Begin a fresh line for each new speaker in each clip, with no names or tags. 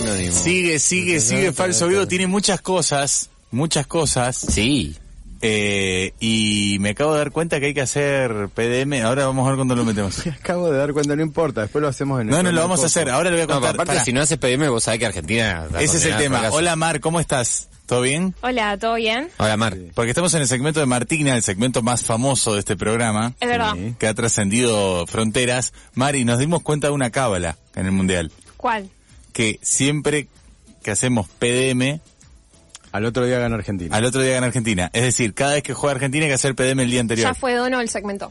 anónimo.
Sigue, sigue, sigue Falso Vivo. Tiene muchas cosas, muchas cosas.
Sí.
Eh, y me acabo de dar cuenta que hay que hacer PDM. Ahora vamos a ver cuándo lo metemos.
Acabo de dar cuenta, no importa, después lo hacemos en
No,
el
no, lo
fondo
vamos a
coco.
hacer. Ahora le voy a
No,
contar.
aparte,
Pará,
si no hace PDM, vos sabés que Argentina. está
ese es el
condenada
tema.
por
Hola Mar, ¿cómo estás? ¿Todo bien?
Hola, ¿todo bien?
Hola, Mar.
Porque estamos en el segmento de Martina, el segmento más famoso de este programa.
Es verdad.
Sí, Que ha trascendido fronteras. Mari, nos dimos cuenta de una cábala en el Mundial.
¿Cuál?
Que siempre que hacemos PDM,
Al otro día gana Argentina.
al otro día gana Argentina. Es decir, cada vez que juega Argentina hay que hacer PDM el día anterior.
Ya fue Dono el segmento.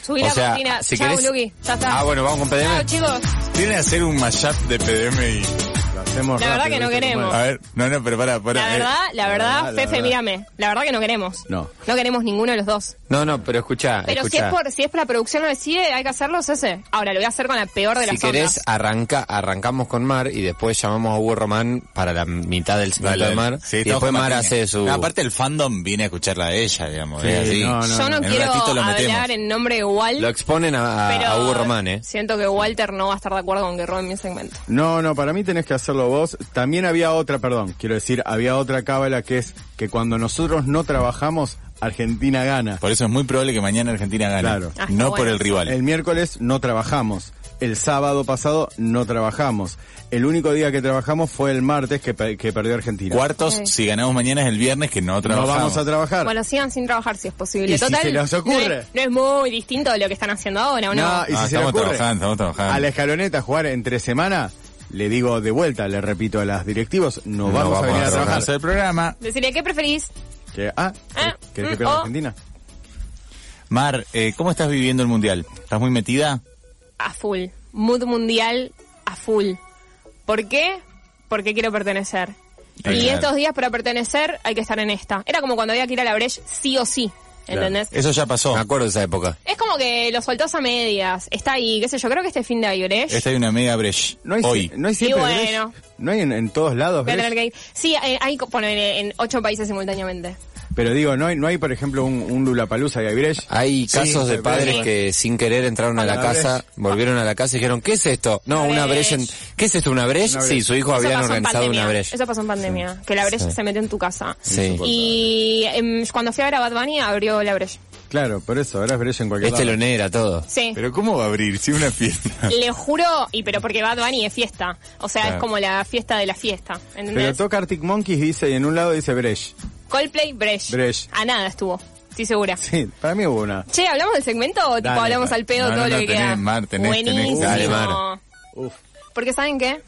Subí
O
la
sea,
cortina.
si
Chau,
querés-
Luqui. Ya está.
Ah, bueno, vamos con PDM.
Chau, chicos.
Tienen que hacer un mashup de PDM y...
Lo hacemos
La verdad
rápido,
que no
¿viste cómo
queremos.
A ver, no, no, pero para, para.
La
eh,
verdad, la verdad,
verdad, la
Fefe,
verdad.
mírame. La verdad que no queremos.
No.
No queremos ninguno de los dos.
No, no, pero escucha.
Pero si es,
escucha.
por, si es por la producción no decide, hay que hacerlo, se hace. Ahora, lo voy a hacer con la peor de
Si
las
querés,
ondas.
arranca, arrancamos con Mar y después llamamos a Hugo Román para la mitad del
Dale,
segmento de
dale.
Mar.
Sí,
y
estamos
después
con
Mar
Martina.
hace su.
No, aparte el fandom viene a escucharla a ella, digamos.
Sí,
es así.
no, no.
Yo no
en un
quiero
ratito lo metemos.
hablar en nombre de Wal,
Lo exponen a, a-
pero
a Hugo Román, ¿eh?
siento que Walter no va a estar de acuerdo con que roben mi segmento.
No, no, para mí tenés que hacerlo vos. También había otra, perdón, quiero decir, había otra cábala que es que cuando nosotros no trabajamos, Argentina gana.
Por eso es muy probable que mañana Argentina gane.
Claro.
Ah, está
No
bueno.
por el rival.
El miércoles no trabajamos. El sábado pasado no trabajamos. El único día que trabajamos fue el martes que, pe- que perdió Argentina.
Cuartos,
Ok.
si ganamos mañana es el viernes que no
no
trabajamos.
vamos a trabajar.
Bueno, sigan sin trabajar si es posible.
¿Y si
Total,
se les ocurre?
No es, no es muy distinto de lo que están haciendo ahora, ¿o no?
No, y
Ah,
si se le
estamos
ocurre
trabajando, estamos trabajando.
A la escaloneta jugar entre semana, le digo de vuelta, le repito a las directivos, no,
No
vamos, a venir a trabajar.
el programa.
Decirle, ¿qué preferís?
Que- ah,
Ah,
¿querés que
mm,
pierda
oh.
Argentina?
Mar, eh, ¿cómo estás viviendo el mundial? ¿Estás muy metida?
A full. Mood mundial a full. ¿Por qué? Porque quiero pertenecer.
Claro.
Y estos días para pertenecer hay que estar en esta. Era como cuando había que ir a la Breche sí o sí. ¿Entendés?
Eso ya pasó.
Me acuerdo de esa época.
Es como que lo soltás a medias. Está ahí, qué sé yo. Creo que este fin de hay Breche.
Esta hay una mega brecha.
No hay,
Hoy.
si- no hay siempre.
Y
Brecht.
bueno.
No hay en, en todos lados.
Voy a tener
Brecht.
que ir. Sí, eh, hay que poner en ocho países simultáneamente.
Pero digo, no hay, no hay por ejemplo, un, un Lulapalooza de Brecht.
Hay
Sí,
casos de
se
padres
puede.
que sin querer entraron a la
Una
casa, volvieron a la casa y dijeron, ¿qué es esto? No, una
Breche.
brecha. ¿Qué es esto? ¿Una brecha?
Una
Sí,
brecha.
su hijo
Eso
habían
pasó en
organizado
pandemia.
una brecha.
Eso pasó en pandemia. Que la Breche
Sí.
se metió en tu casa.
Sí.
Y em, cuando fui a ver a Bad Bunny abrió la Breche.
Claro, por eso, ahora es Brecht en cualquier
Es
lado.
telonera, Este todo.
Sí.
Este Pero ¿cómo va a abrir? Si una fiesta.
Le juro, y pero porque Bad Bunny es fiesta. O sea,
Claro.
es como la fiesta de la fiesta. ¿Entendés?
Pero toca Arctic Monkeys dice, y en un lado dice Brecht.
Coldplay, Bresh.
Bresh.
A nada estuvo. Estoy segura.
Sí, para mí hubo una.
Che, ¿hablamos del segmento o tipo
Dale,
hablamos
Mar.
al pedo
No, no,
todo
no,
lo que
tenés,
queda?
Mar, tenés, tenés.
Buenísimo.
Dale, Mar.
Uf.
Porque ¿saben qué?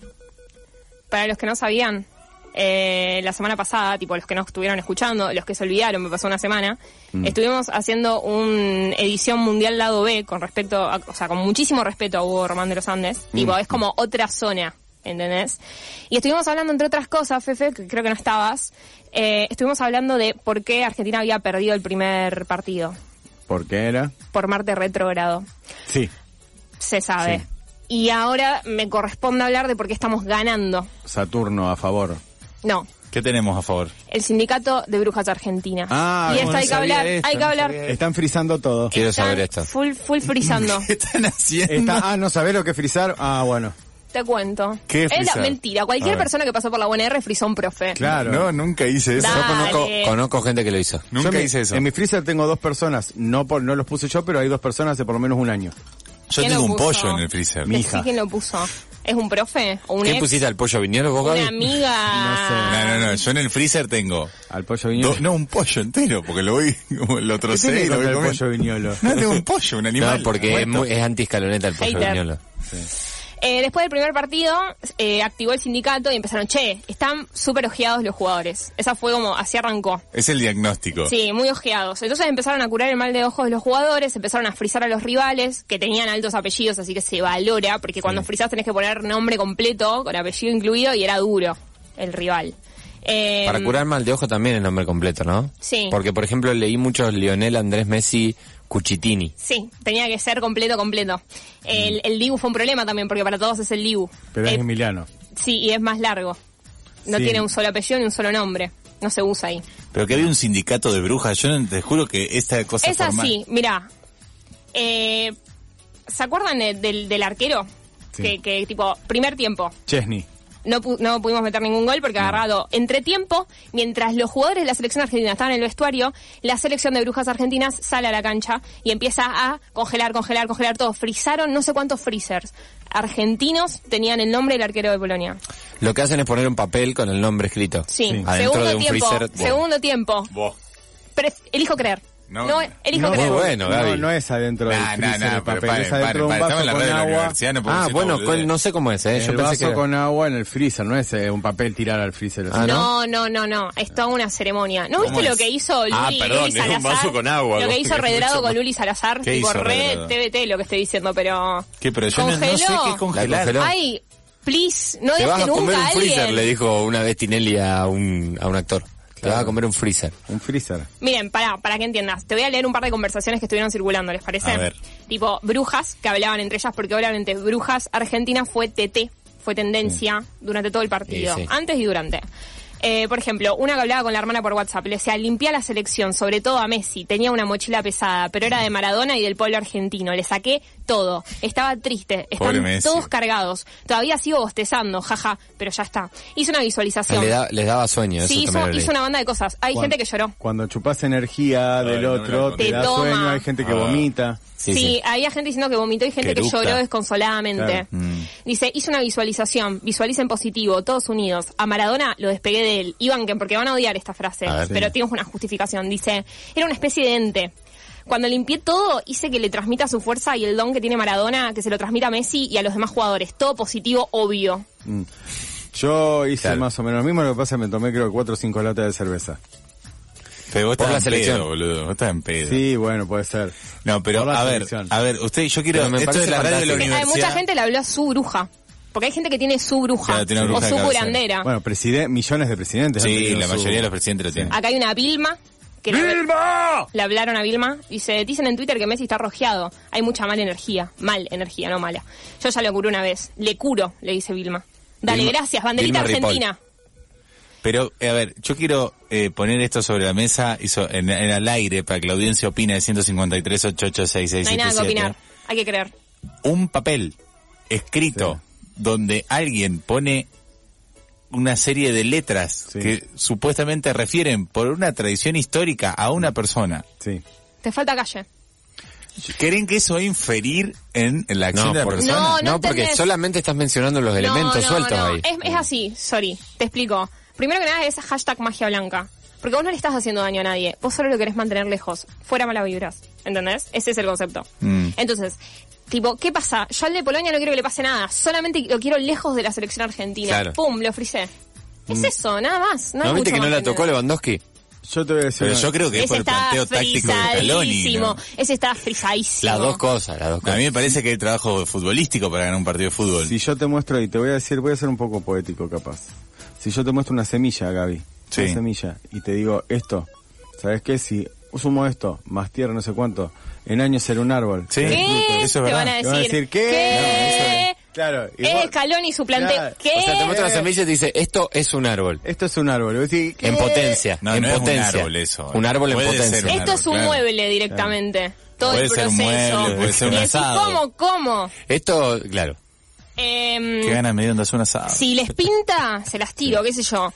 Para los que no sabían, eh, la semana pasada, tipo los que no estuvieron escuchando, los que se olvidaron, me pasó una semana,
Mm.
estuvimos haciendo un edición mundial lado B con respecto, a- o sea, con muchísimo respeto a Hugo Román de los Andes.
Mm.
Tipo, es como otra zona, ¿entendés? Y estuvimos hablando, entre otras cosas, Fefe, que creo que no estabas, eh, estuvimos hablando de por qué Argentina había perdido el primer partido
¿Por qué era?
por Marte retrógrado
Sí.
se sabe.
Sí.
Y ahora me corresponde hablar de por qué estamos ganando.
Saturno a favor.
No,
¿Qué tenemos a favor?
el sindicato de brujas argentinas.
Ah, como
y esto
no
hay que
sabía
hablar,
esto,
hay que
no
hablar.
sabía esto. Están frizando todo.
Quiero
Están
saber esto.
Full, full frizando.
¿Qué están haciendo?
Está, ah, ¿no sabés lo que es frizar? Ah, bueno.
Te cuento.
¿Qué es
es la
frizar?
mentira.
A
Cualquier
ver.
persona que pasó por la UNR frizó a un profe.
Claro.
No, nunca hice eso.
Dale.
Yo conozco,
Dale.
conozco gente que lo hizo.
Yo
Nunca
en mi-
hice eso.
En mi freezer tengo dos personas. No, por, no los puse yo, pero hay dos personas hace por lo menos un año.
Yo
¿Quién lo
tengo un
puso?
pollo en el freezer.
Decí
hija.
quién lo puso. ¿Es un profe? ¿O un
¿Qué
ex?
pusiste al pollo viñero vos,
¿Una
Gaby?
amiga?
No, no, no. Yo en el freezer tengo.
Al pollo
do-
viñolo.
no, un pollo entero, porque lo voy, lo
¿Qué tiene
trocé y lo
contra
voy
el
comiendo.
pollo viñolo?
No, tengo un pollo, un animal.
No, porque es, muy- es anti-escaloneta el pollo
Hater.
viñolo.
Eh, después del primer partido, eh, activó el sindicato y empezaron, che, están súper ojeados los jugadores. Esa fue como, así arrancó.
Es el diagnóstico.
Sí, muy ojeados. Entonces empezaron a curar el mal de ojos de los jugadores, empezaron a frizar a los rivales, que tenían altos apellidos, así que se valora, porque cuando frizás tenés que poner nombre completo, con apellido incluido, y era duro el rival. Eh,
Para curar mal de ojo también el nombre completo, ¿no?
Sí.
Porque, por ejemplo, leí muchos Lionel Andrés Messi Cuchitini.
Sí, tenía que ser completo, completo. El, el Dibu fue un problema también, porque para todos es el Dibu.
Pero es
Eh,
Emiliano.
sí, y es más largo. No
Sí.
tiene un solo apellido ni un solo nombre. No se usa ahí.
Pero que había un sindicato de brujas. Yo no- te juro que esta cosa
Es
formal-
así, mirá. Eh, ¿Se acuerdan de- del, del arquero?
Sí.
Que, que tipo, primer tiempo.
Chesney.
no, pu- no pudimos meter ningún gol porque agarrado entre tiempo, mientras los jugadores de la selección argentina estaban en el vestuario, la selección de brujas argentinas sale a la cancha y empieza a congelar, congelar, congelar todo. Frizaron no sé cuántos freezers. Argentinos tenían el nombre del arquero de Polonia.
Lo que hacen es poner un papel con el nombre escrito.
Sí,
Adentro
segundo
de un
tiempo.
freezer. Bueno.
Segundo tiempo.
Vos.
Pref- elijo creer.
No,
No,
no.
elijo
No,
creer.
muy bueno,
No,
Gaby.
no es adentro
Nah,
del
nah,
freezer
nah,
el
pero
papel,
paren,
es adentro
paren, paren,
de un
estamos en la
vaso
red de
con
la
agua.
universidad, no podemos
Ah,
decir
bueno,
esta
¿cuál?
boludez.
no sé cómo es, ¿eh?
El
Yo pensé que
vaso
era-
con agua en el freezer, no es eh, un papel tirar al freezer.
Ah,
no, no, no, no. Es toda una ceremonia. ¿No
¿Cómo
viste lo
es?
que hizo Luli,
Ah, perdón,
Luli
es un
Salazar?
vaso con agua,
Lo que
vos
hizo
tenés
Redrado
mucho
con
más.
Luli Salazar.
¿Qué
tipo,
hizo
re
Redrado?
TBT lo que estoy diciendo, pero...
¿Qué? Pero yo no, no sé
Congeló.
qué es congelar.
La congeló.
Ay, please, no
Te
dejes
vas a
nunca
comer un
a alguien.
freezer, le dijo una vez Tinelli a un, a un actor. Te vas a comer un freezer.
Un freezer.
Miren, para, para que entiendas, te voy a leer un par de conversaciones que estuvieron circulando, ¿les parece?
A ver.
Tipo, brujas que hablaban entre ellas, porque obviamente brujas Argentina fue TT, fue tendencia durante todo el partido,
Sí, sí.
antes y durante. Eh, por ejemplo, una que hablaba con la hermana por WhatsApp, le decía, limpia la selección, sobre todo a Messi, tenía una mochila pesada, pero era de Maradona y del pueblo argentino, le saqué todo, estaba triste,
Pobre
están
Messi.
todos cargados, todavía sigo bostezando, jaja, pero ya está. Hizo una
Ah,
visualización.
le da- les daba sueño,
Sí,
eso también
hizo,
lo leí.
hizo una banda de cosas. Hay gente que lloró.
Cuando chupas energía del
no me la
otro,
conté.
te
Te
da
toma.
sueño, hay gente que
Ah.
vomita.
Sí,
Sí,
sí.
había gente diciendo que vomitó y
Que
gente que,
eructa.
lloró desconsoladamente.
Claro.
Dice, hice una visualización, visualicen positivo, todos unidos. A Maradona lo despegué de él. Y banquen, porque van a odiar esta frase,
A ver.
pero tiene una justificación. Dice, era una especie de ente. Cuando limpié todo, hice que le transmita su fuerza y el don que tiene Maradona, que se lo transmita a Messi y a los demás jugadores. Todo positivo, obvio.
Yo hice
Claro.
más o menos lo mismo, lo que pasa es que me tomé creo que 4 o 5 latas de cerveza.
Pero vos
Por
estás
la
en
selección.
pedo, boludo. Vos estás en pedo.
Sí, bueno, puede ser.
No, pero
Por la
a ver,
selección.
a ver, usted, yo quiero.
Pero me
esto es
parece
la radio de
fantástico.
la
Hay
universidad.
Eh, mucha gente le habló a su bruja. Porque hay gente que tiene su bruja
Claro, tiene una bruja de
o su
cabecera.
curandera.
Bueno, preside- millones de presidentes. han
Sí,
tenido
la
su-
mayoría de los presidentes lo tienen.
Acá hay una Vilma. Que la-
¡Vilma!
Le hablaron a Vilma. Dice, dicen en Twitter que Messi está rojeado. Hay mucha mala energía. Mal energía, no mala. Yo ya lo curé una vez. Le curo, le dice Vilma. Dale,
Vilma-
gracias, banderita
Vilma Ripoll.
argentina.
Pero, eh, a ver, yo quiero eh, poner esto sobre la mesa y so- en, en al aire para que la audiencia opine de 153
No hay nada que opinar. Hay que creer.
Un papel escrito donde alguien pone una serie de letras
Sí.
que supuestamente refieren por una tradición histórica a una persona.
Sí.
Te falta calle.
¿Creen que eso va a inferir en, en la acción
No,
de la
por-
persona?
No, no
porque
entendés.
solamente estás mencionando los elementos
No, no,
sueltos
no.
ahí.
Es, es así, sorry. Te explico. Primero que nada es hashtag magia blanca. Porque vos no le estás haciendo daño a nadie. Vos solo lo querés mantener lejos. Fuera mala vibras. ¿Entendés? Ese es el concepto.
Mm.
Entonces, tipo, ¿qué pasa? Yo al de Polonia no quiero que le pase nada. Solamente lo quiero lejos de la selección argentina.
Claro.
Pum, lo frisé. Es eso, nada más. No,
¿No,
hay
viste
mucho
que no
más
la tocó
nada.
Lewandowski?
Yo te voy a decir.
Pero
una-
yo creo que es
Ese
por el
está
planteo táctico de Scaloni.
frisadísimo.
¿no?
Ese está frisadísimo.
Las dos cosas, las dos
A
cosas.
mí me parece que hay trabajo futbolístico para ganar un partido de fútbol.
Si yo te muestro y te voy a decir, voy a ser un poco poético capaz. Si yo te muestro una semilla, Gaby,
Sí.
una semilla, y te digo esto, ¿sabes qué? Si sumo esto, más tierra, no sé cuánto, en años será un árbol. Eh,
Sí.
¿Qué?
Eso es
Te
verdad.
van a
Te
decir.
van a decir, ¿qué?
¿Qué?
Claro. y
Eh, Es
vos-
escalón y su planteo.
Claro.
¿Qué?
O sea, te muestra la semilla y te dice, esto es un árbol.
Esto es un árbol. Y vos decís, ¿qué?
En potencia,
No,
en
no es un
potencia.
árbol eso.
Un árbol en
Puede ser
potencia.
un árbol.
Esto es un
claro.
mueble directamente. Todo
Puede
el
ser
proceso.
un mueble, puede ser un
Y decís,
asado.
¿Cómo? ¿Cómo?
Esto, claro.
Em,
Que ganas medio onda hacer un asado.
si les pinta, se las tiro, qué sé yo.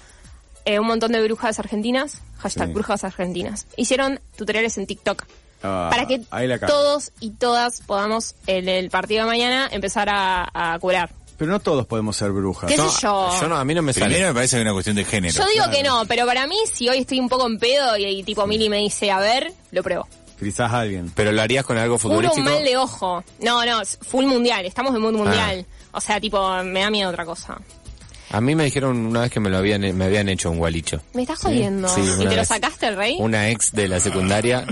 Eh, un montón de brujas argentinas, hashtag
Sí.
brujas argentinas. Hicieron tutoriales en TikTok.
Ah,
para que
ahí la cago.
todos y todas podamos en el partido de mañana empezar a, a curar.
Pero no todos podemos ser brujas.
¿Qué
No,
sé yo?
no, a mí no me sale.
Primero me parece que es una cuestión de género.
Yo digo que no, pero para mí, si hoy estoy un poco en pedo y, y tipo Mili me dice, a ver, lo pruebo.
Quizás alguien.
Pero lo harías con algo
Puro un
futbolístico.
mal de ojo. No, no, es full mundial. Estamos en
Ah.
mundo mundial. O sea, tipo, me da miedo otra cosa.
A mí me dijeron una vez que me lo habían, me habían hecho un gualicho.
Me estás jodiendo.
Sí,
¿Y
una
te lo
vez.
sacaste el rey?
Una ex de la secundaria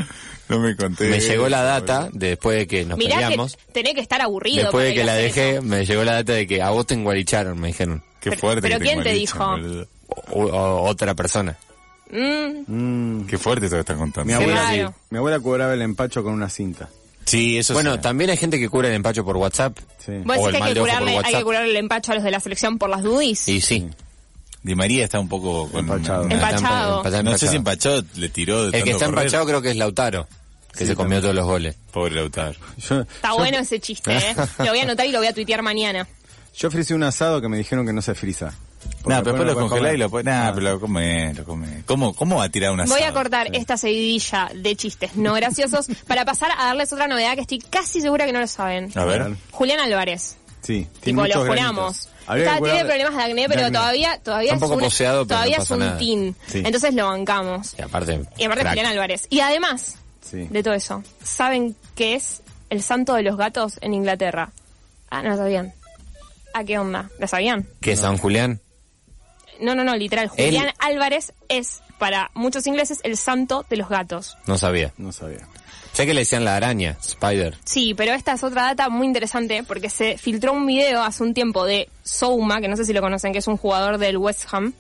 No me conté.
me llegó la data después de que nos
Mirá
peleamos.
que tenés que estar aburrido.
Después
para
de
ir
que
a
la
hacer
dejé,
eso.
me llegó la data de que a vos te engualicharon, me dijeron.
Qué
Pero-
fuerte.
pero
que
¿quién te
engualichan,
dijo?
boludo.
O, o- otra persona.
Mm,
Mm.
Qué fuerte esto que estás contando.
Mi abuela,
raro.
sí. mi abuela cobraba el empacho con una cinta.
Sí, eso
Bueno,
sí.
también hay gente que cura el empacho por WhatsApp.
Sí.
Vos
O
decís
Oh, el
que
mal de
hay que,
ojo por
curarle, hay
WhatsApp.
que curarle el empacho a los de la selección por las dudis.
Y sí.
Di María está un poco con-
Empachado.
una-
Empachado.
Está empa- está
No sé
empachado.
si empachado le tiró de
El que
tanto
está
correr.
empachado creo que es Lautaro, que se comió todos los goles.
Pobre Lautaro.
Yo-
Está
yo-
bueno ese chiste, ¿eh? lo voy a anotar y lo voy a tuitear mañana.
Yo ofrecí un asado que me dijeron que no se frisa. Porque
Nada, pero después lo
no puedes
congelás y
comer.
lo pones.
Ah.
Nah, pero lo come, lo come. ¿Cómo, ¿Cómo va a tirar una
Voy a cortar esta seguidilla de chistes no graciosos para pasar a darles otra novedad que estoy casi segura que no lo saben.
A ver.
Julián Álvarez.
Sí, tiene
Tipo, lo
muchos
juramos.
granitos. Habría
Está-
que
tiene
curar-
problemas de acné, pero
acné.
todavía, todavía
Está un
es
poco
un,
poseado, pero
todavía
no
es
pasa
un
nada.
teen.
Sí.
Entonces lo bancamos.
Y aparte.
Y aparte
crack.
Julián Álvarez. Y además
Sí.
de todo eso, ¿saben qué es el santo de los gatos en Inglaterra? Ah, no lo sabían. ¿A qué onda? ¿Lo sabían?
¿Qué, San Julián?
No, no, no, literal.
Él-
Julián Álvarez es, para muchos ingleses, el santo de los gatos.
No sabía.
No sabía.
Sé que le decían la araña, Spider.
Sí, pero esta es otra data muy interesante porque se filtró un video hace un tiempo de Souma, que no sé si lo conocen, que es un jugador del West Ham.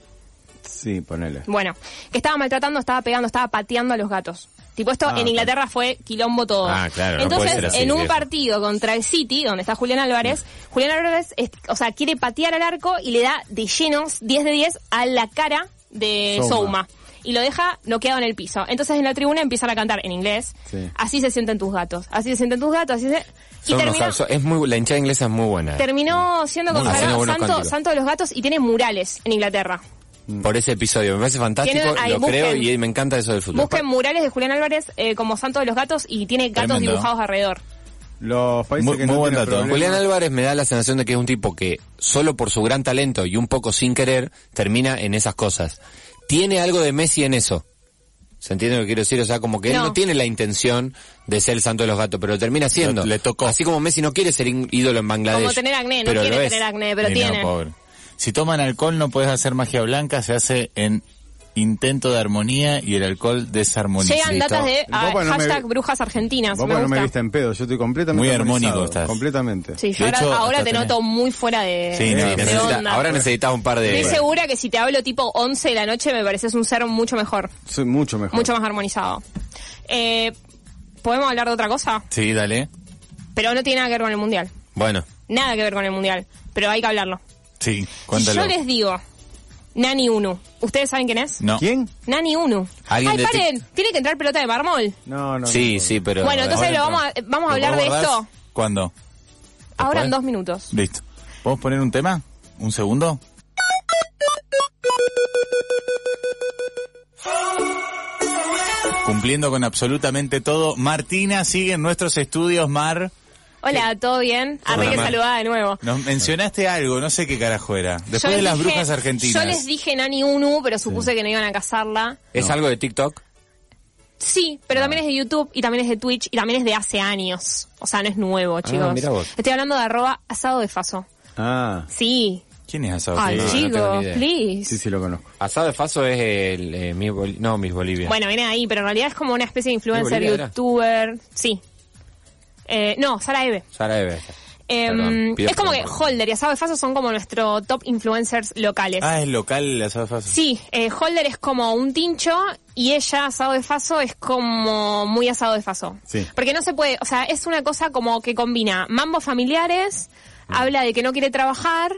Sí, ponele.
Bueno, que estaba maltratando, estaba pegando, estaba pateando a los gatos. Tipo, esto
Ah,
en
ok.
Inglaterra fue quilombo todo.
Ah, claro, no
Entonces,
puede ser así,
en un
viejo. Mm.
partido contra el City, donde está Julián Álvarez, Julián Álvarez, es- o sea, quiere patear al arco y le da de llenos 10 de 10 a la cara de
Souma.
Souma. Y lo deja noqueado en el piso. Entonces, en la tribuna empiezan a cantar en inglés.
Sí.
Así se sienten tus gatos. Así se sienten tus gatos. Así se... Y
Son unos
termina-
abs- es muy, la hinchada inglesa es muy buena.
terminó siendo
Muy haciendo
consagrado
buenos
santo,
cánticos.
santo de los gatos y tiene murales en Inglaterra.
Por ese episodio. Me parece fantástico,
Tienen- ahí,
lo creo
busquen.
y me encanta eso del fútbol.
Busquen murales de Julián Álvarez eh, como santo de los gatos y tiene gatos
Tremendo.
dibujados alrededor.
Los países
Muy-
que
muy
no
buen
tienen
dato.
problemas-
Julián Álvarez me da la sensación de que es un tipo que solo por su gran talento y un poco sin querer termina en esas cosas. Tiene algo de Messi en eso. ¿Se entiende lo que quiero decir? O sea, como que él
No.
no tiene la intención de ser el santo de los gatos, pero lo termina siendo.
Lo- le tocó.
Así como Messi no quiere ser in- ídolo en Bangladesh.
Como tener acné, no
pero
quiere
lo es.
tener acné, Eh, pero
Y no,
tiene.
pobre. Si toman alcohol no puedes hacer magia blanca, se hace en intento de armonía y el alcohol desarmoniza.
Llegan
Listo.
datas de
Vos,
ah,
bueno, no me
hashtag
vi-
brujas argentinas.
Vos
me
porque no me
gusta.
viste en pedo, yo estoy completamente
Muy armónico
armonizado,
estás.
Completamente.
Sí, yo
De
ahora,
hecho,
ahora
hasta
te
tenés-
noto muy fuera de,
Sí,
Sí,
de
no,
Eh, necesita-
onda.
ahora necesitas un par de...
Estoy segura que si te hablo tipo 11 de la noche me pareces un ser mucho mejor,
Soy mucho mejor.
mucho más armonizado. Eh, ¿Podemos hablar de otra cosa?
Sí, dale.
Pero no tiene nada que ver con el mundial.
Bueno,
Nada que ver con el mundial. Pero hay que hablarlo.
Sí,
Si
cuéntalo.
yo les digo Nani Unu, ¿ustedes saben quién es?
No.
¿Quién?
Nani Unu. Ay,
Alguien de
paren, tiene que entrar pelota de mármol.
No, no.
sí,
no.
sí, pero...
bueno, entonces
ahora
lo vamos a, eh,
entramos.
vamos a
¿Lo
hablar de
guardás?
esto
¿Cuándo?
ahora
podés?
en dos minutos.
Listo. ¿Podemos poner un tema? ¿Un segundo? Cumpliendo con absolutamente todo, Martina sigue en nuestros estudios, Mar.
Hola, ¿todo bien? Arre
Hola,
que
Mar.
saludada de nuevo.
Nos mencionaste algo, no sé qué carajo era. Después
Yo
de
les
las
dije-
brujas argentinas.
Yo les dije Nani Unu, pero supuse que no iban a casarla.
¿Es algo de TikTok?
Sí, pero también es de YouTube y también es de Twitch y también es de hace años. O sea, no es nuevo, chicos.
mira vos.
Estoy hablando de arroba asado de faso.
Ah,
Sí.
¿Quién es Asado?
Ay,
no, no
chicos,
tengo ni idea.
please.
sí, sí lo conozco.
Asado de Faso es el... eh, Miss Bol- no, Miss Bolivia.
Bueno, viene ahí, pero en realidad es como una especie de influencer,
Bolivia era?
youtuber. Sí. Eh, no, Sara Eve.
Sara Eve.
Eh,
Perdón, pido
es como que
perdón.
Holder y Asado de Faso son como nuestro top influencers locales.
Ah, es local el Asado Faso.
Sí, eh, Holder es como un tincho y ella, Asado de Faso, es como muy Asado de Faso.
Sí.
Porque no se puede, o sea, es una cosa como que combina mambos familiares, habla de que no quiere trabajar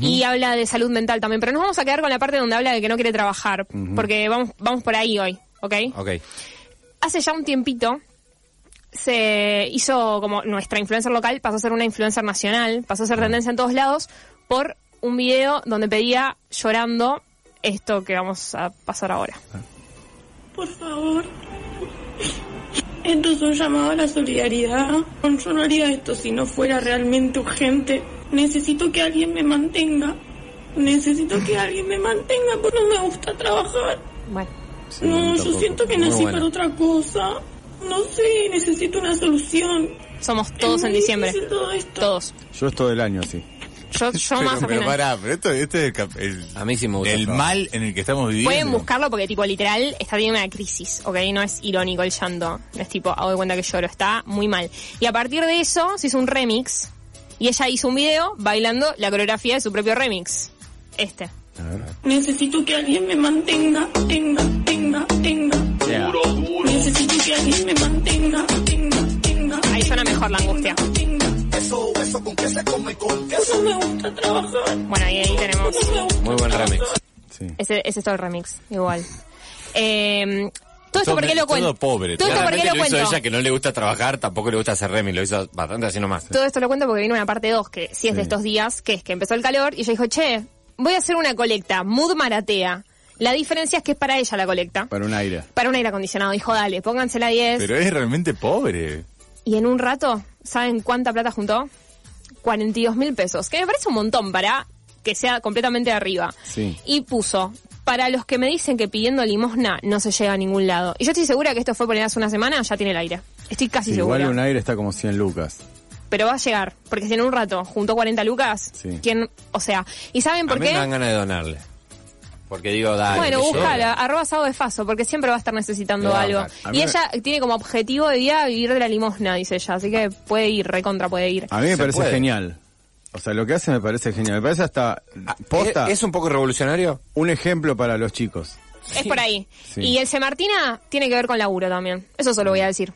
y habla de salud mental también. Pero nos vamos a quedar con la parte donde habla de que no quiere trabajar, porque vamos, vamos por ahí hoy, ¿ok?
Ok.
hace ya un tiempito se hizo como nuestra influencer local pasó a ser una influencer nacional, pasó a ser tendencia en todos lados por un video donde pedía llorando esto que vamos a pasar ahora.
Por favor. Esto es un llamado a la solidaridad. Yo no haría esto si no fuera realmente urgente. Necesito que alguien me mantenga. Necesito que alguien me mantenga porque no me gusta trabajar.
Bueno,
No, yo siento que nací
Muy buena.
para otra cosa. No sé, necesito una solución.
somos
Es
todos
muy
en diciembre,
difícil todo esto.
todos.
Yo es todo el año así.
Yo, yo más
pero
apenas.
pará, pero esto, esto es el, cap- el-
Ah,
A mí sí me gusta
el
trabajar.
mal en el que estamos viviendo.
Pueden buscarlo porque tipo literal está teniendo una crisis, ¿ok? No es irónico el llanto, no es tipo hago de cuenta que lloro, está muy mal. Y a partir de eso se hizo un remix y ella hizo un video bailando la coreografía de su propio remix. Este.
Necesito que alguien me mantenga, tenga, tenga, tenga.
Yeah.
Necesito que alguien me mantenga, tenga, tenga.
Ahí suena mejor la angustia.
Tenga. No me gusta trabajar.
Bueno, y ahí tenemos.
No me gusta
Muy buen remix.
Sí.
Ese, ese es todo el remix, igual. Eh, Todo esto porque lo
todo
cuento.
pobre,
Todo esto porque
Claramente
lo,
lo hizo
cuento.
ella que no le gusta trabajar, tampoco le gusta hacer remi, lo hizo bastante así nomás.
Todo esto lo cuento porque viene una parte 2, que sí es de estos días, que es que empezó el calor y ella dijo, che, voy a hacer una colecta, mood maratea. La diferencia es que es para ella la colecta.
Para un aire.
Para un aire acondicionado. Dijo, dale, pónganse la 10.
Pero es realmente pobre.
Y en un rato, ¿saben cuánta plata juntó? 42 mil pesos, que me parece un montón para que sea completamente de arriba.
Sí.
Y puso, para los que me dicen que pidiendo limosna no se llega a ningún lado. Y yo estoy segura que esto fue poner hace una semana, ya tiene el aire. Estoy casi
igual
segura.
un aire está como 100 lucas.
Pero va a llegar, porque si en un rato juntó 40 lucas,
Sí.
¿quién? O sea, ¿y saben por
a mí
qué?
me dan ganas de donarle. Porque digo, dale.
Bueno,
que
buscala,
llegue.
arroba sábado de Faso, porque siempre va a estar necesitando
Me va a
algo.
bajar.
A mí
Y
me-
ella tiene como objetivo de vida vivir de la limosna, dice ella, así que puede ir, recontra puede ir.
A mí me
Se
parece
puede.
genial. O sea, lo que hace me parece genial. Me parece hasta Ah, posta
Ah, ¿Es, es un poco revolucionario?
un ejemplo para los chicos.
Es por ahí.
Sí.
Y el C. Martina tiene que ver con laburo también. Eso solo voy a decir.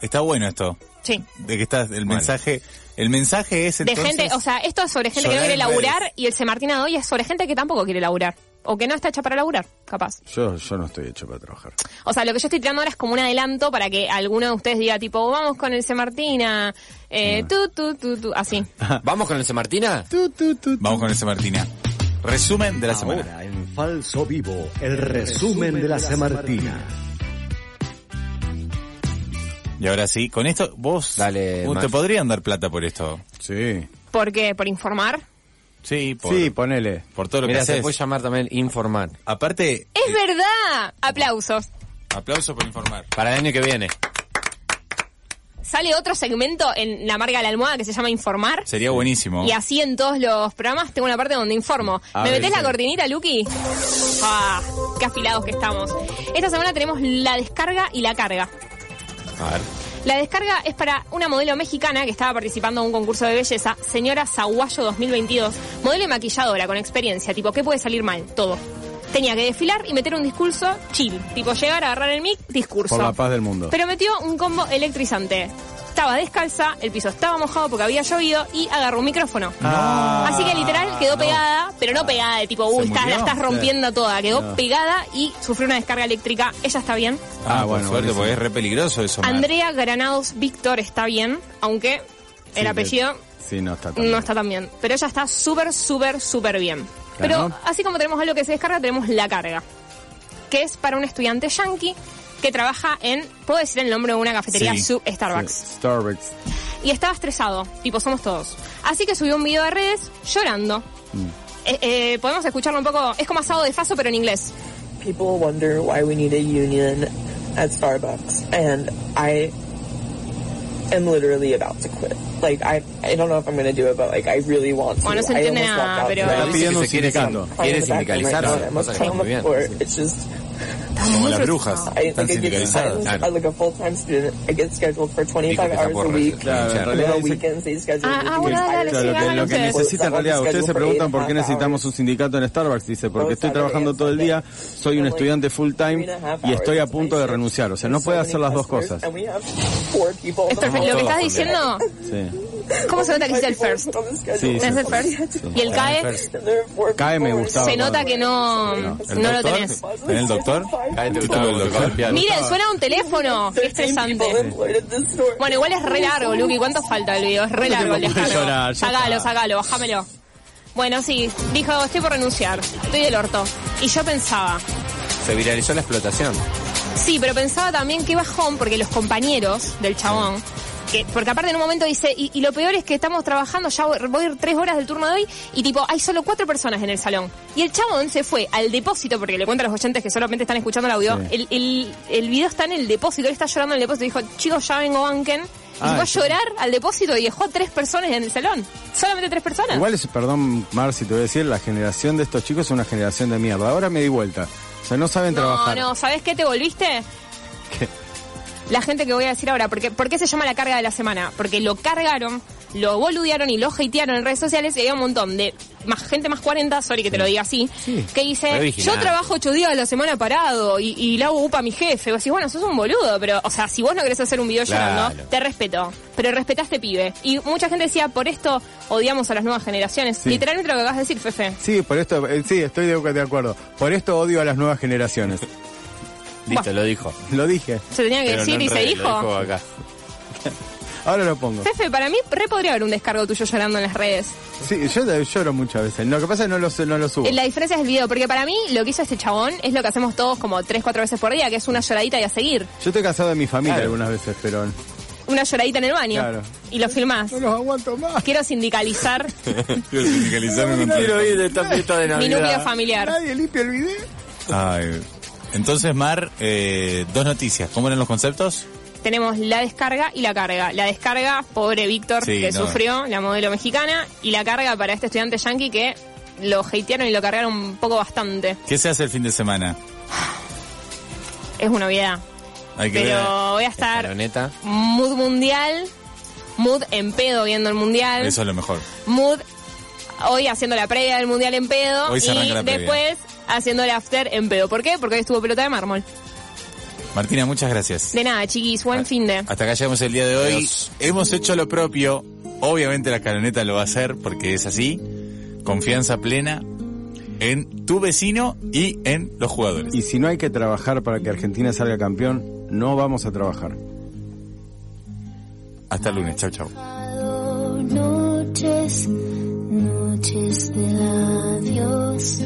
Está bueno esto.
Sí.
De que estás, el mensaje, el mensaje es
De
entonces,
gente, o sea, esto es sobre gente que no
llorar
quiere
en redes.
laburar y el C. Martina de hoy es sobre gente que tampoco quiere laburar. O que no está hecha para laburar, capaz.
Yo, yo no estoy hecho para trabajar.
O sea, lo que yo estoy tirando ahora es como un adelanto para que alguno de ustedes diga, tipo, vamos con el C. Martina, eh, tú, tú, tú, tú, así.
¿Vamos con el C. Martina?
vamos con ese Martina. Resumen
Ah,
de la semana.
Ahora en Falso Vivo, el resumen de la Semartina.
Y ahora sí, con esto vos,
Dale,
vos te
Max.
podrían dar plata por esto.
Sí.
¿Por qué? ¿Por informar?
Sí, por,
Sí, ponele.
por todo lo
Mira,
que
se
haces.
puede llamar también informar.
Aparte, eh,
¡Es verdad! Aplausos.
aplauso por informar.
Para el año que viene.
Sale otro segmento en la marca de la almohada que se llama Informar.
Sería buenísimo.
Y así en todos los programas tengo una parte donde informo.
A
¿Me
ver,
metés la
sí.
cortinita, Luqui? ¡Ah! ¡Qué afilados que estamos! Esta semana tenemos la descarga y la carga.
A ver.
La descarga es para una modelo mexicana que estaba participando en un concurso de belleza, señora Zaguayo 2022, modelo y maquilladora con experiencia, tipo, ¿qué puede salir mal? Todo. Tenía que desfilar y meter un discurso chill, tipo llegar, agarrar el mic, discurso.
Por la paz del mundo.
Pero metió un combo electrizante. Estaba descalza, el piso estaba mojado porque había llovido y agarró un micrófono. Así que literal quedó pegada, pero no pegada de tipo, uy,
¿Se
estás- la
murió?
estás rompiendo toda. Quedó pegada y sufrió una descarga eléctrica. Ella está bien.
Ah,
Ah,
bueno,
bueno,
suerte,
buenísimo.
porque es re peligroso eso. Mar.
Andrea Granados Víctor está bien, aunque el
Sí,
apellido
que- Sí, no está tan
no
bien.
está tan bien. Pero ella está súper, súper, súper bien.
Claro.
Pero así como tenemos algo que se descarga, tenemos la carga, que es para un estudiante yankee que trabaja en, puedo decir el nombre de una cafetería,
Sí,
Sub Starbucks.
Sí, Starbucks.
Y estaba estresado, tipo somos todos. Así que subió un video de redes llorando.
Mm.
Eh, eh, Podemos escucharlo un poco, es como asado de faso, pero en inglés.
people wonder why we need a union at Starbucks, and I am literally about to quit. Like I, I don't know if I'm gonna do it, but like I really want to.
Bueno, no se
I
entiende
almost
nada,
walked out
pero-
today.
Está
dice que
pidiendo un
se quiere
sindicato.
sin-
Crying
Quiere
in the bathroom
sindicalizar,
right now, and
cosa
I'm
que está
crying on
muy
the
bien.
floor. It's just
Como las brujas.
I
Están
didn't think I could. I
sindicalizadas.
was
claro.
like a full time student. I get scheduled for
Dijo
25
que está
hours a
por
week.
renunciar.
Claro, en
And then
realidad
on
dice-
weekends they schedule
Ah,
me
ah,
to
bueno,
do
dale,
Claro, lo que,
sí,
entire
lo que
háganlo ustedes.
necesita en realidad, ustedes se preguntan por qué necesitamos un sindicato en Starbucks, dice, porque estoy trabajando todo el día, soy un estudiante full time y estoy a punto de renunciar. O sea, no puede hacer las dos cosas.
And we have four people
Es perfecto. Lo que estás diciendo,
Sí.
¿cómo se nota que es el first?
Sí,
Es el first. Y el CAE
Cae me gustaba.
se nota que no, no lo
doctor?
tenés.
¿Tenés el doctor?
Cállate,
¿El
Gustavo,
título del doctor?
Gustavo.
Miren, suena un teléfono, qué estresante. Bueno, igual es re largo, Luqui, ¿cuánto falta el video? Es re largo el
tiempo puede
descargo.
llorar? Ya
Sacalo,
está.
sacalo, bájamelo. Bueno, sí, dijo, estoy por renunciar, estoy del orto. Y yo pensaba,
Se viralizó la explotación.
Sí, pero pensaba también que bajón, porque los compañeros del chabón, que, porque aparte en un momento dice, y, y lo peor es que estamos trabajando, ya voy, voy a ir tres horas del turno de hoy, y tipo, hay solo cuatro personas en el salón. Y el chabón se fue al depósito, porque le cuento a los oyentes que solamente están escuchando el audio, el, el, el video está en el depósito, él está llorando en el depósito, dijo, chicos, ya vengo banquen. Y
Ah,
fue a
sí.
llorar al depósito y dejó a tres personas en el salón. Solamente tres personas.
Igual es, perdón, Mar, si te voy a decir, la generación de estos chicos es una generación de mierda. Ahora me di vuelta. O sea, no saben
No,
trabajar.
no, ¿sabes qué te volviste?
¿Qué?
La gente que voy a decir ahora, porque, ¿por qué se llama la carga de la semana? Porque lo cargaron, lo boludearon y lo hatearon en redes sociales y había un montón de más gente más 40, sorry que te lo diga así, que
Re
dice, yo
vigilante.
trabajo ocho días a la semana parado y, y le hago upa a mi jefe. Vos decís, bueno, sos un boludo, pero, o sea, si vos no querés hacer un video
Claro.
llorando, te respeto, pero respetaste pibe. Y mucha gente decía, por esto odiamos a las nuevas generaciones.
Sí.
Literalmente lo que acabas de decir, Fefe.
Sí, por esto, eh, sí, estoy de, de acuerdo. Por esto odio a las nuevas generaciones.
Listo, lo dijo.
Lo dije.
Se tenía que
Pero
decir
no
y se
enredé, lo
dijo.
acá.
Ahora lo pongo.
Fefe, para mí re podría haber un descargo tuyo llorando en las redes.
Sí, yo de- lloro muchas veces. Lo que pasa es que no lo, no lo subo.
Uh.
Eh, La diferencia es el video, porque para mí lo que hizo este chabón es lo que hacemos todos como tres, cuatro veces por día, que es una lloradita y a seguir.
Yo estoy casado de mi familia
Claro.
algunas veces, pero no
Una lloradita en el baño.
Claro.
Y lo filmás.
los aguanto más.
Quiero sindicalizar
Lo sindicalizaron con todo.
Quiero ir de esta fiesta de
mi núcleo
Navidad.
familiar.
Nadie limpia el video.
Ay. Entonces, Mar, eh, dos noticias. ¿Cómo eran los conceptos?
Tenemos la descarga y la carga. La descarga, pobre Víctor,
Sí,
que
no.
sufrió, la modelo mexicana. Y la carga para este estudiante yankee que lo hatearon y lo cargaron un poco bastante.
¿Qué se hace el fin de semana?
Es una obviedad.
Hay que
Pero voy a
La
estar
neta.
mood mundial, mood en pedo viendo el mundial.
ver. Eso es lo mejor.
Mood hoy haciendo la previa del mundial en pedo
Hoy
y
se arranca la previa.
después haciendo el after en pedo. ¿Por qué? Porque hoy estuvo pelota de mármol.
Martina, muchas gracias.
De nada, chiquis,
Ah.
buen fin de.
Hasta acá llegamos el día de hoy.
Adiós.
Hemos hecho lo propio. Obviamente la caloneta lo va a hacer porque es así. Confianza plena en tu vecino y en los jugadores.
Y si no hay que trabajar para que Argentina salga campeón, no vamos a trabajar.
Hasta el lunes. Chau, chau.
Noches, noches de labios.